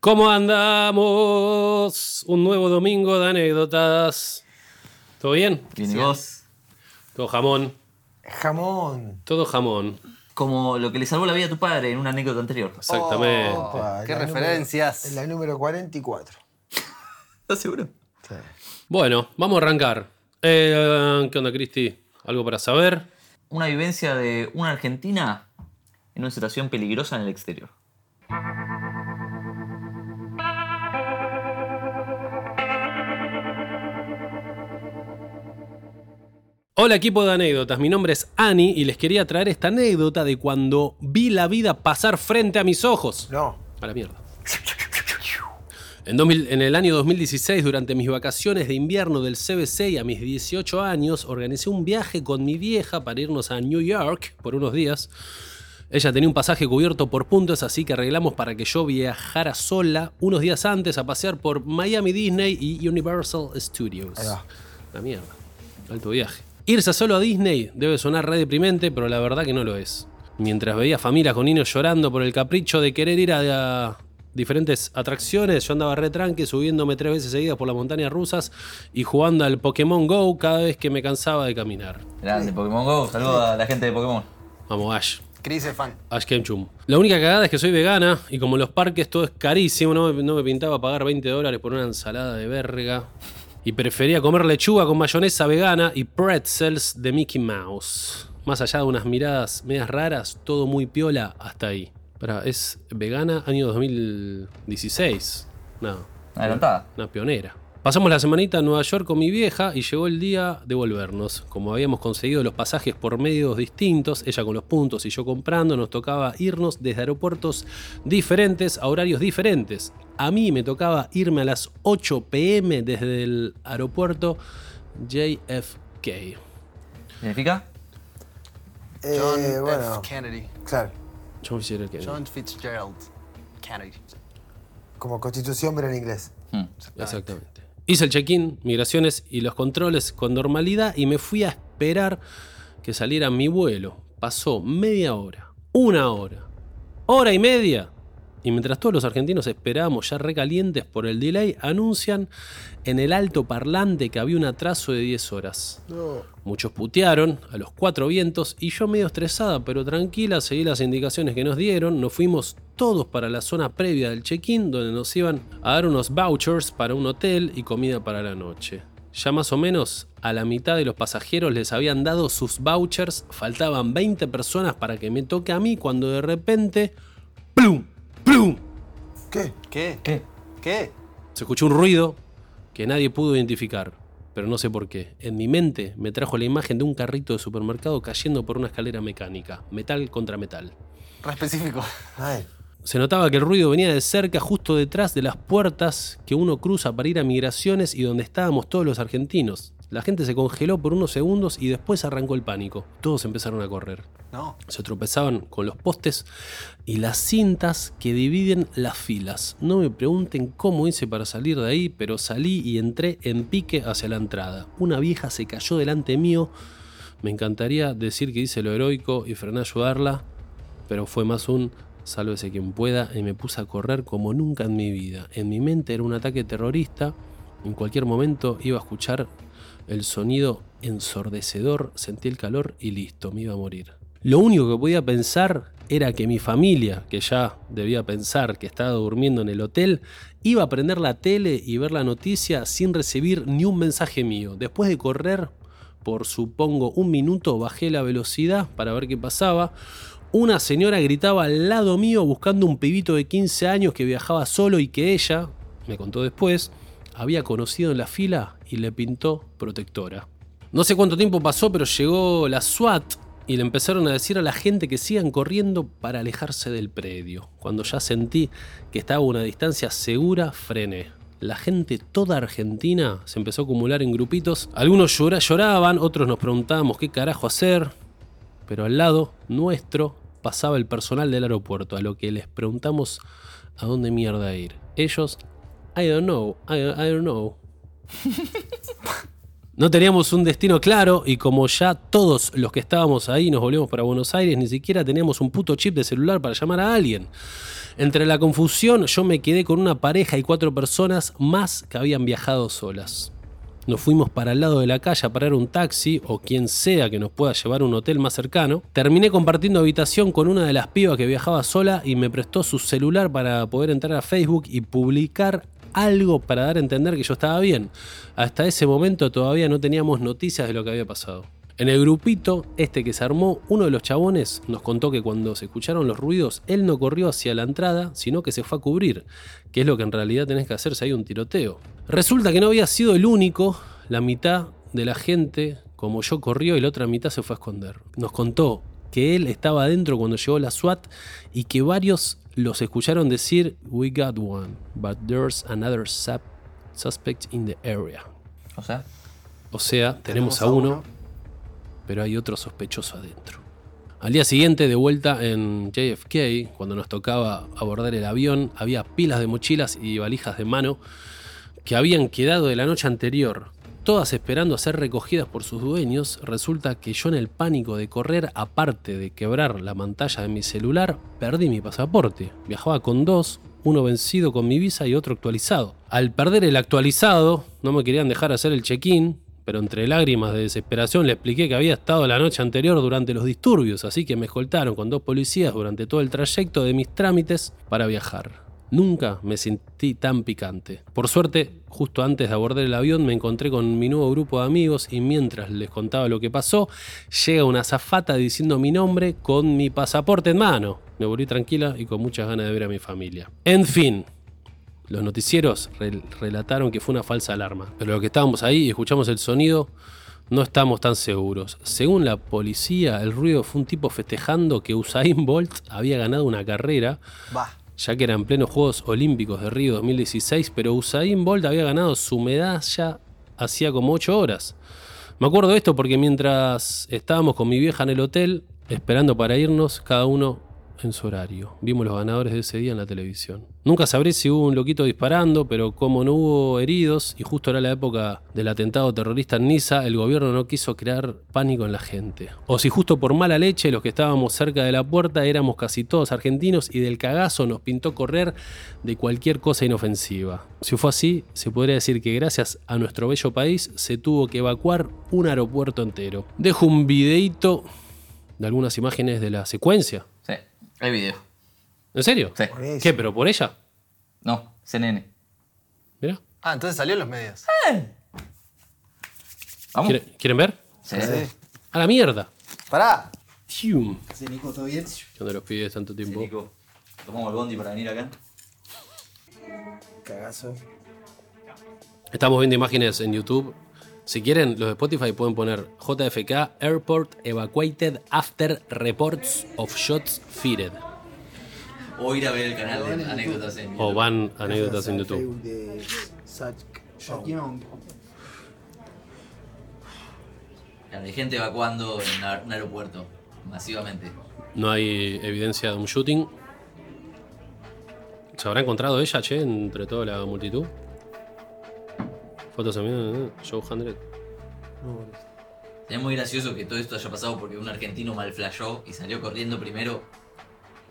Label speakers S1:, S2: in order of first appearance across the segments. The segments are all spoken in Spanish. S1: ¿Cómo andamos? Un nuevo domingo de anécdotas. ¿Todo bien?
S2: Viene vos.
S1: Todo jamón.
S3: Jamón.
S1: Todo jamón.
S2: Como lo que le salvó la vida a tu padre en una anécdota anterior.
S1: Exactamente.
S3: Opa,
S4: qué
S3: la número-
S4: referencias.
S3: la número 44.
S2: ¿Estás seguro?
S1: Bueno, vamos a arrancar. Eh, ¿Qué onda, Cristi? ¿Algo para saber?
S2: Una vivencia de una argentina en una situación peligrosa en el exterior.
S1: Hola equipo de anécdotas, mi nombre es Ani y les quería traer esta anécdota de cuando vi la vida pasar frente a mis ojos.
S3: No.
S1: A la mierda. En, 2000 en el año 2016, durante mis vacaciones de invierno del CBC y a mis 18 años, organicé un viaje con mi vieja para irnos a New York por unos días. Ella tenía un pasaje cubierto por puntos, así que arreglamos para que yo viajara sola unos días antes a pasear por Miami Disney y Universal Studios.
S3: Ahí va.
S1: La mierda. Alto viaje. Irse solo a Disney debe sonar re deprimente, pero la verdad que no lo es. Mientras veía familias con niños llorando por el capricho de querer ir a, a diferentes atracciones, yo andaba re tranqui subiéndome tres veces seguidas por las montañas rusas y jugando al Pokémon Go cada vez que me cansaba de caminar.
S2: Grande, Pokémon Go. Saludos a la gente de Pokémon.
S1: Vamos, Ash.
S3: Chris es fan.
S1: Ash Ketchum. La única cagada es que soy vegana y como en los parques todo es carísimo, no me, no me pintaba pagar 20 dólares por una ensalada de verga. Y prefería comer lechuga con mayonesa vegana y pretzels de Mickey Mouse. Más allá de unas miradas medias raras, todo muy piola hasta ahí. Pará, es vegana año 2016. No.
S2: Adelantada.
S1: Una pionera. Pasamos la semanita en Nueva York con mi vieja y llegó el día de volvernos. Como habíamos conseguido los pasajes por medios distintos, ella con los puntos y yo comprando, nos tocaba irnos desde aeropuertos diferentes a horarios diferentes. A mí me tocaba irme a las 8 pm desde el aeropuerto JFK.
S2: ¿Significa?
S3: Eh,
S4: John
S3: bueno,
S4: F. Kennedy.
S3: claro.
S1: Yo me hiciera que-
S4: John Fitzgerald Kennedy.
S3: Como constitución, pero en inglés.
S2: Hmm.
S1: Exactamente. Hice el check-in, migraciones y los controles con normalidad y me fui a esperar que saliera mi vuelo. Pasó media hora, una hora, hora y media. Y mientras todos los argentinos esperábamos ya recalientes por el delay, anuncian en el alto parlante que había un atraso de 10 horas. Muchos putearon a los cuatro vientos y yo medio estresada pero tranquila seguí las indicaciones que nos dieron. Nos fuimos todos para la zona previa del check-in donde nos iban a dar unos vouchers para un hotel y comida para la noche. Ya más o menos a la mitad de los pasajeros les habían dado sus vouchers, faltaban 20 personas para que me toque a mí cuando de repente ¡plum! ¡plum!
S3: ¿Qué?
S4: ¿Qué?
S2: ¿Qué?
S4: ¿Qué?
S1: Se escuchó un ruido que nadie pudo identificar, pero no sé por qué. En mi mente me trajo la imagen de un carrito de supermercado cayendo por una escalera mecánica, metal contra metal.
S4: Re específico.
S3: Ay,
S1: Se notaba que el ruido venía de cerca, justo detrás de las puertas que uno cruza para ir a migraciones y donde estábamos todos los argentinos. La gente se congeló por unos segundos y después arrancó el pánico. Todos empezaron a correr.
S4: No.
S1: Se tropezaban con los postes y las cintas que dividen las filas. No me pregunten cómo hice para salir de ahí, pero salí y entré en pique hacia la entrada. Una vieja se cayó delante mío. Me encantaría decir que hice lo heroico y frené a ayudarla, pero fue más un sálvese quien pueda y me puse a correr como nunca en mi vida. En mi mente era un ataque terrorista. En cualquier momento iba a escuchar el sonido ensordecedor, sentí el calor y listo, me iba a morir. Lo único que podía pensar era que mi familia, que ya debía pensar que estaba durmiendo en el hotel, iba a prender la tele y ver la noticia sin recibir ni un mensaje mío. Después de correr por supongo un minuto, bajé la velocidad para ver qué pasaba. Una señora gritaba al lado mío buscando un pibito de 15 años que viajaba solo y que ella, me contó después, había conocido en la fila y le pintó protectora. No sé cuánto tiempo pasó, pero llegó la SWAT y le empezaron a decir a la gente que sigan corriendo para alejarse del predio. Cuando ya sentí que estaba a una distancia segura, frené. La gente toda argentina se empezó a acumular en grupitos. Algunos llora- lloraban, otros nos preguntábamos qué carajo hacer. Pero al lado nuestro pasaba el personal del aeropuerto, a lo que les preguntamos a dónde mierda ir. Ellos, I don't know, I, I don't know. No teníamos un destino claro y como ya todos los que estábamos ahí nos volvimos para Buenos Aires, ni siquiera teníamos un puto chip de celular para llamar a alguien. Entre la confusión yo me quedé con una pareja y cuatro personas más que habían viajado solas. Nos fuimos para el lado de la calle a parar un taxi o quien sea que nos pueda llevar a un hotel más cercano. Terminé compartiendo habitación con una de las pibas que viajaba sola y me prestó su celular para poder entrar a Facebook y publicar algo para dar a entender que yo estaba bien. Hasta ese momento todavía no teníamos noticias de lo que había pasado. En el grupito este que se armó, uno de los chabones nos contó que cuando se escucharon los ruidos, él no corrió hacia la entrada, sino que se fue a cubrir, que es lo que en realidad tenés que hacer si hay un tiroteo. Resulta que no había sido el único, la mitad de la gente como yo corrió y la otra mitad se fue a esconder. Nos contó que él estaba adentro cuando llegó la SWAT y que varios los escucharon decir, We got one, but there's another sup- suspect in the area.
S2: O sea,
S1: O sea, tenemos, a uno, pero hay otro sospechoso adentro. Al día siguiente, de vuelta en JFK, cuando nos tocaba abordar el avión, había pilas de mochilas y valijas de mano que habían quedado de la noche anterior. Todas esperando a ser recogidas por sus dueños, resulta que yo en el pánico de correr, aparte de quebrar la pantalla de mi celular, perdí mi pasaporte. Viajaba con dos, uno vencido con mi visa y otro actualizado. Al perder el actualizado, no me querían dejar hacer el check-in, pero entre lágrimas de desesperación le expliqué que había estado la noche anterior durante los disturbios, así que me escoltaron con dos policías durante todo el trayecto de mis trámites para viajar. Nunca me sentí tan picante. Por suerte, justo antes de abordar el avión me encontré con mi nuevo grupo de amigos y mientras les contaba lo que pasó, llega una azafata diciendo mi nombre con mi pasaporte en mano. Me volví tranquila y con muchas ganas de ver a mi familia. En fin, los noticieros rel- relataron que fue una falsa alarma, pero lo que estábamos ahí y escuchamos el sonido, no estamos tan seguros. Según la policía, el ruido fue un tipo festejando que Usain Bolt había ganado una carrera
S4: Va.
S1: ya que era en pleno Juegos Olímpicos de Río 2016, pero Usain Bolt había ganado su medalla hacía como 8 horas. Me acuerdo de esto porque mientras estábamos con mi vieja en el hotel, esperando para irnos, cada uno en su horario. Vimos los ganadores de ese día en la televisión. Nunca sabré si hubo un loquito disparando, pero como no hubo heridos, y justo era la época del atentado terrorista en Niza, el gobierno no quiso crear pánico en la gente. O si justo por mala leche los que estábamos cerca de la puerta éramos casi todos argentinos y del cagazo nos pintó correr de cualquier cosa inofensiva. Si fue así, se podría decir que gracias a nuestro bello país se tuvo que evacuar un aeropuerto entero. Dejo un videito de algunas imágenes de la secuencia.
S2: sí, hay video.
S1: ¿En serio?
S2: Sí.
S3: Buenísimo.
S1: ¿Qué? ¿Pero por ella?
S2: No, CNN.
S1: Mira.
S4: Ah, entonces salió en los medios.
S2: ¿Vamos?
S1: ¿Quieren, quieren ver?
S2: Sí.
S1: ¡A la mierda!
S4: Pará.
S1: ¡Tium!
S5: Sí, Nico, ¿todo bien?
S1: ¿Qué onda los pibes de tanto
S2: Sí,
S1: tiempo?
S2: Nico, tomamos el bondi para venir acá.
S3: Cagazo.
S1: Estamos viendo imágenes en YouTube. Si quieren, los de Spotify pueden poner JFK Airport Evacuated After Reports of Shots Fired.
S2: O ir a ver el canal de anécdotas eh. en
S1: O van anécdotas en YouTube.
S3: De Satk Show.
S2: La de gente evacuando en aer- un aeropuerto, masivamente.
S1: No hay evidencia de un shooting. ¿Se habrá encontrado ella, che, entre toda la multitud? Fotos también, eh, Show 100.
S2: Es muy gracioso que todo esto haya pasado porque un argentino mal flashó y salió corriendo primero.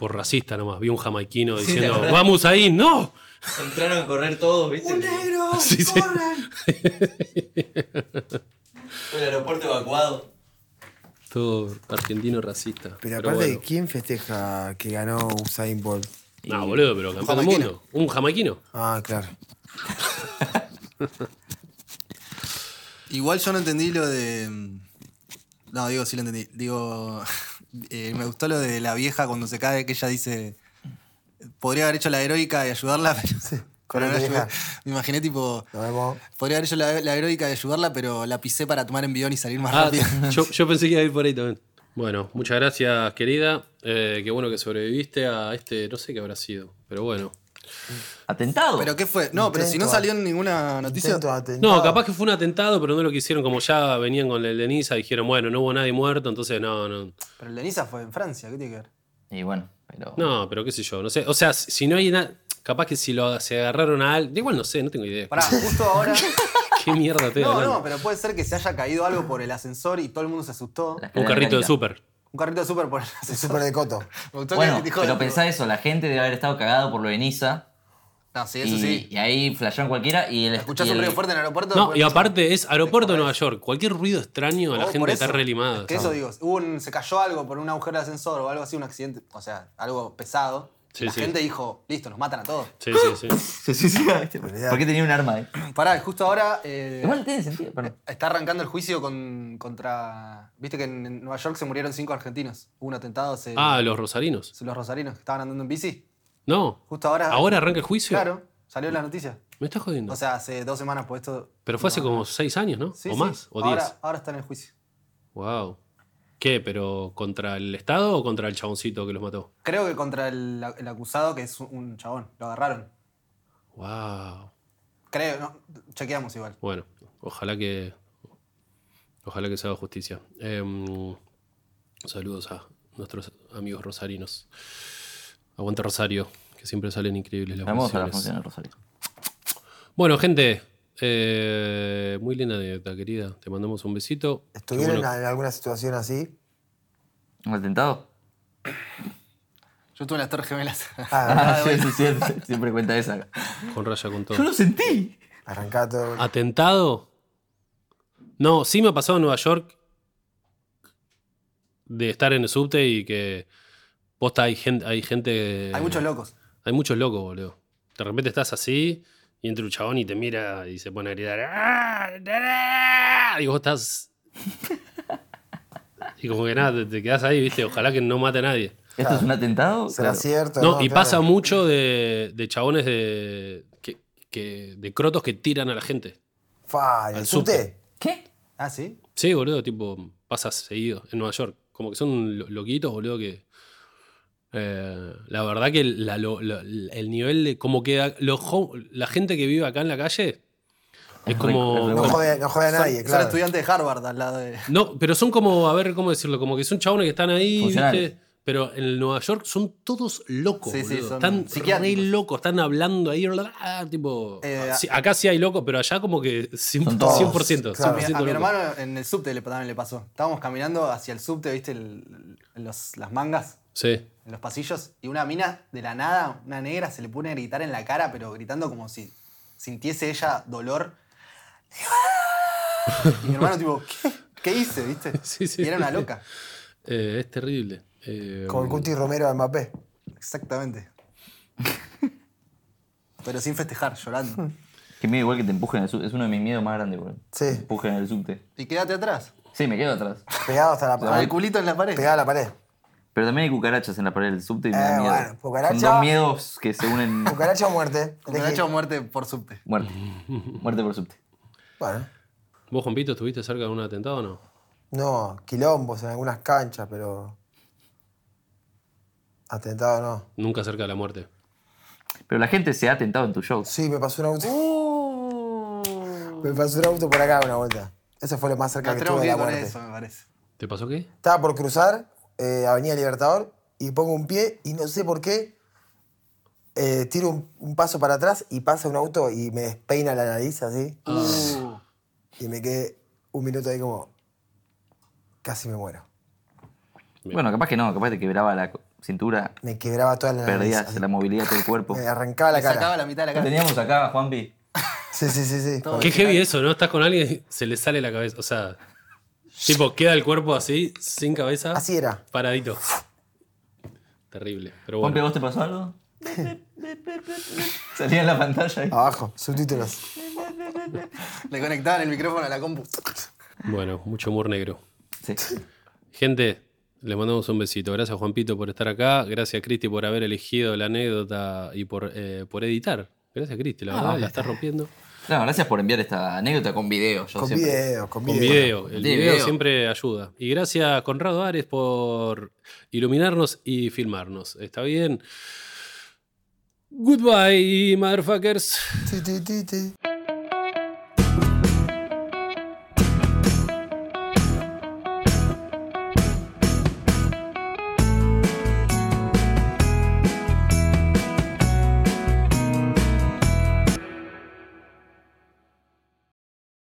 S1: Por racista nomás. Vi un jamaiquino
S2: Sí,
S1: diciendo,
S2: la verdad.
S1: ¡Vamos ahí! ¡No!
S2: Entraron a correr todos, ¿viste?
S1: Sí, sí.
S2: Todo el aeropuerto evacuado.
S1: Todo argentino racista.
S3: Pero aparte,
S1: bueno.
S3: ¿quién festeja que ganó Usain Bolt?
S1: No, boludo, pero campeón del
S4: jamaiquino.
S1: mundo. Un jamaiquino.
S3: Ah, claro.
S4: Igual yo no entendí lo de. mm, No, digo, sí lo entendí. Digo, eh, me gustó lo de la vieja cuando se cae, que ella dice. Podría haber hecho la heroica y ayudarla, pero. pero
S3: pero
S4: no
S3: la
S4: ayudé".
S3: vieja.
S4: Me imaginé, tipo.
S3: Nos vemos.
S4: Podría haber hecho la, la heroica y ayudarla, pero la pisé para tomar envión y salir más
S1: Ah,
S4: rápido.
S1: yo, yo pensé que iba a ir por ahí también. Bueno, muchas gracias, querida. Eh, qué bueno que sobreviviste a este, no sé qué habrá sido, pero bueno.
S2: Atentado.
S4: ¿Pero qué fue? No, pero si no
S3: Intento
S4: salió en ninguna noticia.
S3: Intento de atentado.
S1: No, capaz que fue un atentado, pero no lo quisieron como ya venían con el de Niza, dijeron, bueno, no hubo nadie muerto, entonces no, no.
S4: Pero el de Niza fue en Francia, ¿qué tiene que ver?
S2: Y bueno, pero.
S1: No, pero qué sé yo, no sé. O sea, si no hay nada, capaz que si lo se agarraron a alguien, igual no sé, no tengo idea.
S4: Pará, justo ahora.
S1: ¿Qué mierda te
S4: No, no, pero puede ser que se haya caído algo por el ascensor y todo el mundo se asustó.
S2: La escalera
S1: Un carrito de
S2: mecánica.
S1: súper.
S4: Un carrito de súper por el
S3: El
S4: ascensor.
S3: súper de Coto.
S4: Me gustó que
S2: Bueno,
S4: dijo-
S2: pero pensá eso, la gente debe haber estado cagado por lo de Niza.
S4: No, sí,
S2: Y,
S4: eso sí.
S2: y ahí flashearon cualquiera y el
S4: Escuchás
S2: y
S4: un
S2: el-
S4: ruido fuerte en el aeropuerto.
S1: No,
S4: después
S1: y
S4: pensás-
S1: aparte es aeropuerto de
S4: Te
S1: Nueva York. Cualquier ruido extraño, la
S4: Oh,
S1: gente
S4: por
S1: está
S4: eso.
S1: re
S4: Es
S1: limada.
S4: que eso digo, hubo un- se cayó algo por un agujero de ascensor o algo así, un accidente, o sea, algo pesado.
S1: Sí,
S4: la
S1: sí.
S4: gente dijo, listo, nos matan a todos.
S1: Sí, sí, sí.
S2: Sí, sí, sí. ¿Por qué tenía un arma ahí?
S4: Pará, y justo ahora eh,
S2: Igual tiene sentido, perdón.
S4: está arrancando el juicio con- contra... Viste que en en Nueva York se murieron cinco argentinos. Hubo un atentado, se,
S1: Ah, los rosarinos.
S4: los rosarinos que estaban andando en bici.
S1: No.
S4: Justo ahora...
S1: Ahora arranca el juicio.
S4: Ah, Claro, salió en las noticias.
S1: Me estás jodiendo.
S4: O sea, hace dos semanas por esto...
S1: pero fue hace
S4: no.
S1: como seis años, ¿no?
S4: Sí,
S1: o
S4: sí,
S1: más, o
S4: ahora,
S1: diez.
S4: Ahora está en el juicio.
S1: Wow. ¿Qué? ¿Pero contra el Estado o contra el chaboncito que los mató?
S4: Creo que contra el, el acusado, que es un- un chabón. Lo agarraron.
S1: Wow.
S4: Creo, no, chequeamos igual.
S1: Bueno, ojalá que. Ojalá que se haga justicia. Em, saludos a nuestros amigos rosarinos. Aguante Rosario, que siempre salen increíbles las
S2: Vamos a la
S1: funciones.
S2: función de Rosario.
S1: Bueno, gente, eh, muy linda anécdota, querida. Te mandamos un besito. Qué
S3: ¿Estuvieron
S1: bueno-
S3: en alguna situación así?
S2: ¿Un atentado?
S4: Yo tuve las torres gemelas.
S3: Ah,
S2: sí, sí, siempre, siempre cuenta esa.
S1: Con raya con todo.
S2: Yo lo sentí.
S3: arrancaba todo.
S1: Ah, ¿Atentado? No, sí me ha pasado en Nueva York de estar en el subte y que posta hay gente, hay gente.
S4: Hay muchos locos.
S1: Hay muchos locos, boludo. De repente estás así y entra un chabón y te mira y se pone a gritar. "¡Ah! ¡Ah!", Y vos estás. Y como que nada, te, te quedás ahí, viste, ojalá que no mate a nadie.
S2: ¿Esto es un atentado?
S3: ¿Será
S2: Claro.
S3: cierto?
S1: No, y
S3: Claro.
S1: pasa mucho de, de chabones de. Que, que- de crotos que tiran a la gente.
S3: Fa, ¿en
S1: al
S3: el subte?
S2: ¿Qué?
S4: Ah, sí.
S1: Sí, boludo, tipo, pasa seguido en Nueva York. Como que son lo- loquitos, boludo, que. eh, la verdad que la- lo- lo- el nivel de. Como que a- los ho- la gente que vive acá en la calle es
S2: Es
S1: como.
S2: rico, es
S3: No
S1: como-
S3: jode, no jode a nadie,
S4: son,
S3: claro.
S4: estudiantes de Harvard al lado de.
S1: no, pero son como, a ver, ¿cómo decirlo? Como que son chabones que están ahí,
S2: Funcionales.
S1: ¿viste? Pero en Nueva York son todos locos,
S4: Sí, sí,
S1: boludo.
S4: son
S1: están re
S4: psiquiátricos.
S1: locos, están hablando ahí, bla, bla, bla, tipo.
S4: Eh,
S1: sí, acá sí hay locos, pero allá como que 100%.
S2: Son todos,
S1: 100%,
S3: claro.
S4: A mi-
S1: 100%
S4: a mi
S1: locos.
S4: hermano en el subte le, también le pasó. Estábamos caminando hacia el subte, ¿viste? El- los- las mangas,
S1: Sí.
S4: en los pasillos, y una mina de la nada, una negra, se le pone a gritar en la cara, pero gritando como si sintiese ella dolor. Y mi hermano, tipo, ¿qué, qué hice, viste?
S1: Sí, sí.
S4: Y era una loca.
S1: Eh, es terrible. Eh,
S3: Como el Cuti Romero de Mbappé.
S4: Exactamente. Pero sin festejar, llorando.
S2: Qué miedo igual que te empujen en el subte. Es uno de mis miedos más grandes, boludo.
S3: Sí.
S2: Te Empujen en el subte.
S4: Y quédate atrás.
S2: Sí, me quedo atrás.
S3: Pegado hasta la
S4: Con el
S3: pared.
S4: culito en la pared.
S3: Pegado a la pared.
S2: Pero también hay cucarachas en la pared del subte y me
S3: Eh,
S2: da miedo.
S3: bueno, cucaracha-
S2: Son dos miedos que se unen.
S3: ¿Cucaracha o muerte?
S4: Cucaracha o muerte por subte.
S2: Muerte. Muerte por subte.
S3: Bueno,
S1: ¿Vos, Juanpito, estuviste cerca de un atentado o no?
S3: no, quilombos en algunas canchas, pero. Atentado no.
S1: Nunca cerca de la muerte.
S2: Pero la gente se ha atentado en tu show.
S3: Sí, me pasó un auto. Me pasó un auto por acá una vuelta. Eso fue lo más cerca
S4: Uh. Nos
S3: que
S4: tenemos
S3: estuve
S4: que
S3: de
S4: ir
S3: la
S4: con
S3: muerte.
S4: eso, me parece.
S1: ¿Te pasó qué?
S3: Estaba por cruzar eh, Avenida Libertador y pongo un pie y no sé por qué eh, tiro un, un paso para atrás y pasa un auto y me despeina la nariz así.
S4: Uh,
S3: Y me quedé un minuto ahí como. Casi me muero.
S2: Bueno, capaz que no, capaz te quebraba la co- cintura,
S3: Me quebraba toda la nariz.
S2: perdías
S3: así.
S2: la movilidad del cuerpo.
S3: Me Eh, arrancaba la
S4: le
S3: cara.
S4: sacaba la mitad de la
S2: Lo
S4: cara.
S2: teníamos acá, Juanpi.
S3: Sí, sí, sí, sí.
S4: Todo.
S1: Qué heavy eso, ¿no? Estás con alguien y se le sale la cabeza. O sea, tipo, queda el cuerpo así, sin cabeza,
S3: Así era.
S1: paradito. Terrible. Pero
S2: Juanpi, ¿a
S1: bueno.
S2: vos te pasó algo? Salía en la pantalla.
S3: Abajo, subtítulos.
S4: Le conectaban el micrófono a la compu.
S1: Bueno, mucho humor negro.
S2: Sí.
S1: Gente, le mandamos un besito. Gracias, Juanpito, por estar acá. Gracias, Cristi, por haber elegido la anécdota y por, eh, por editar. Gracias, Cristi, la verdad, la estás rompiendo.
S2: No, gracias por enviar esta anécdota con video. Yo
S3: Con
S2: siempre-
S3: video, con
S1: Con
S3: video.
S1: video. El
S2: De
S1: video,
S2: video.
S1: siempre ayuda. Y gracias, Conrado Ares, por iluminarnos y filmarnos. ¿Está bien? Goodbye, motherfuckers.
S3: Ti, ti, ti, ti.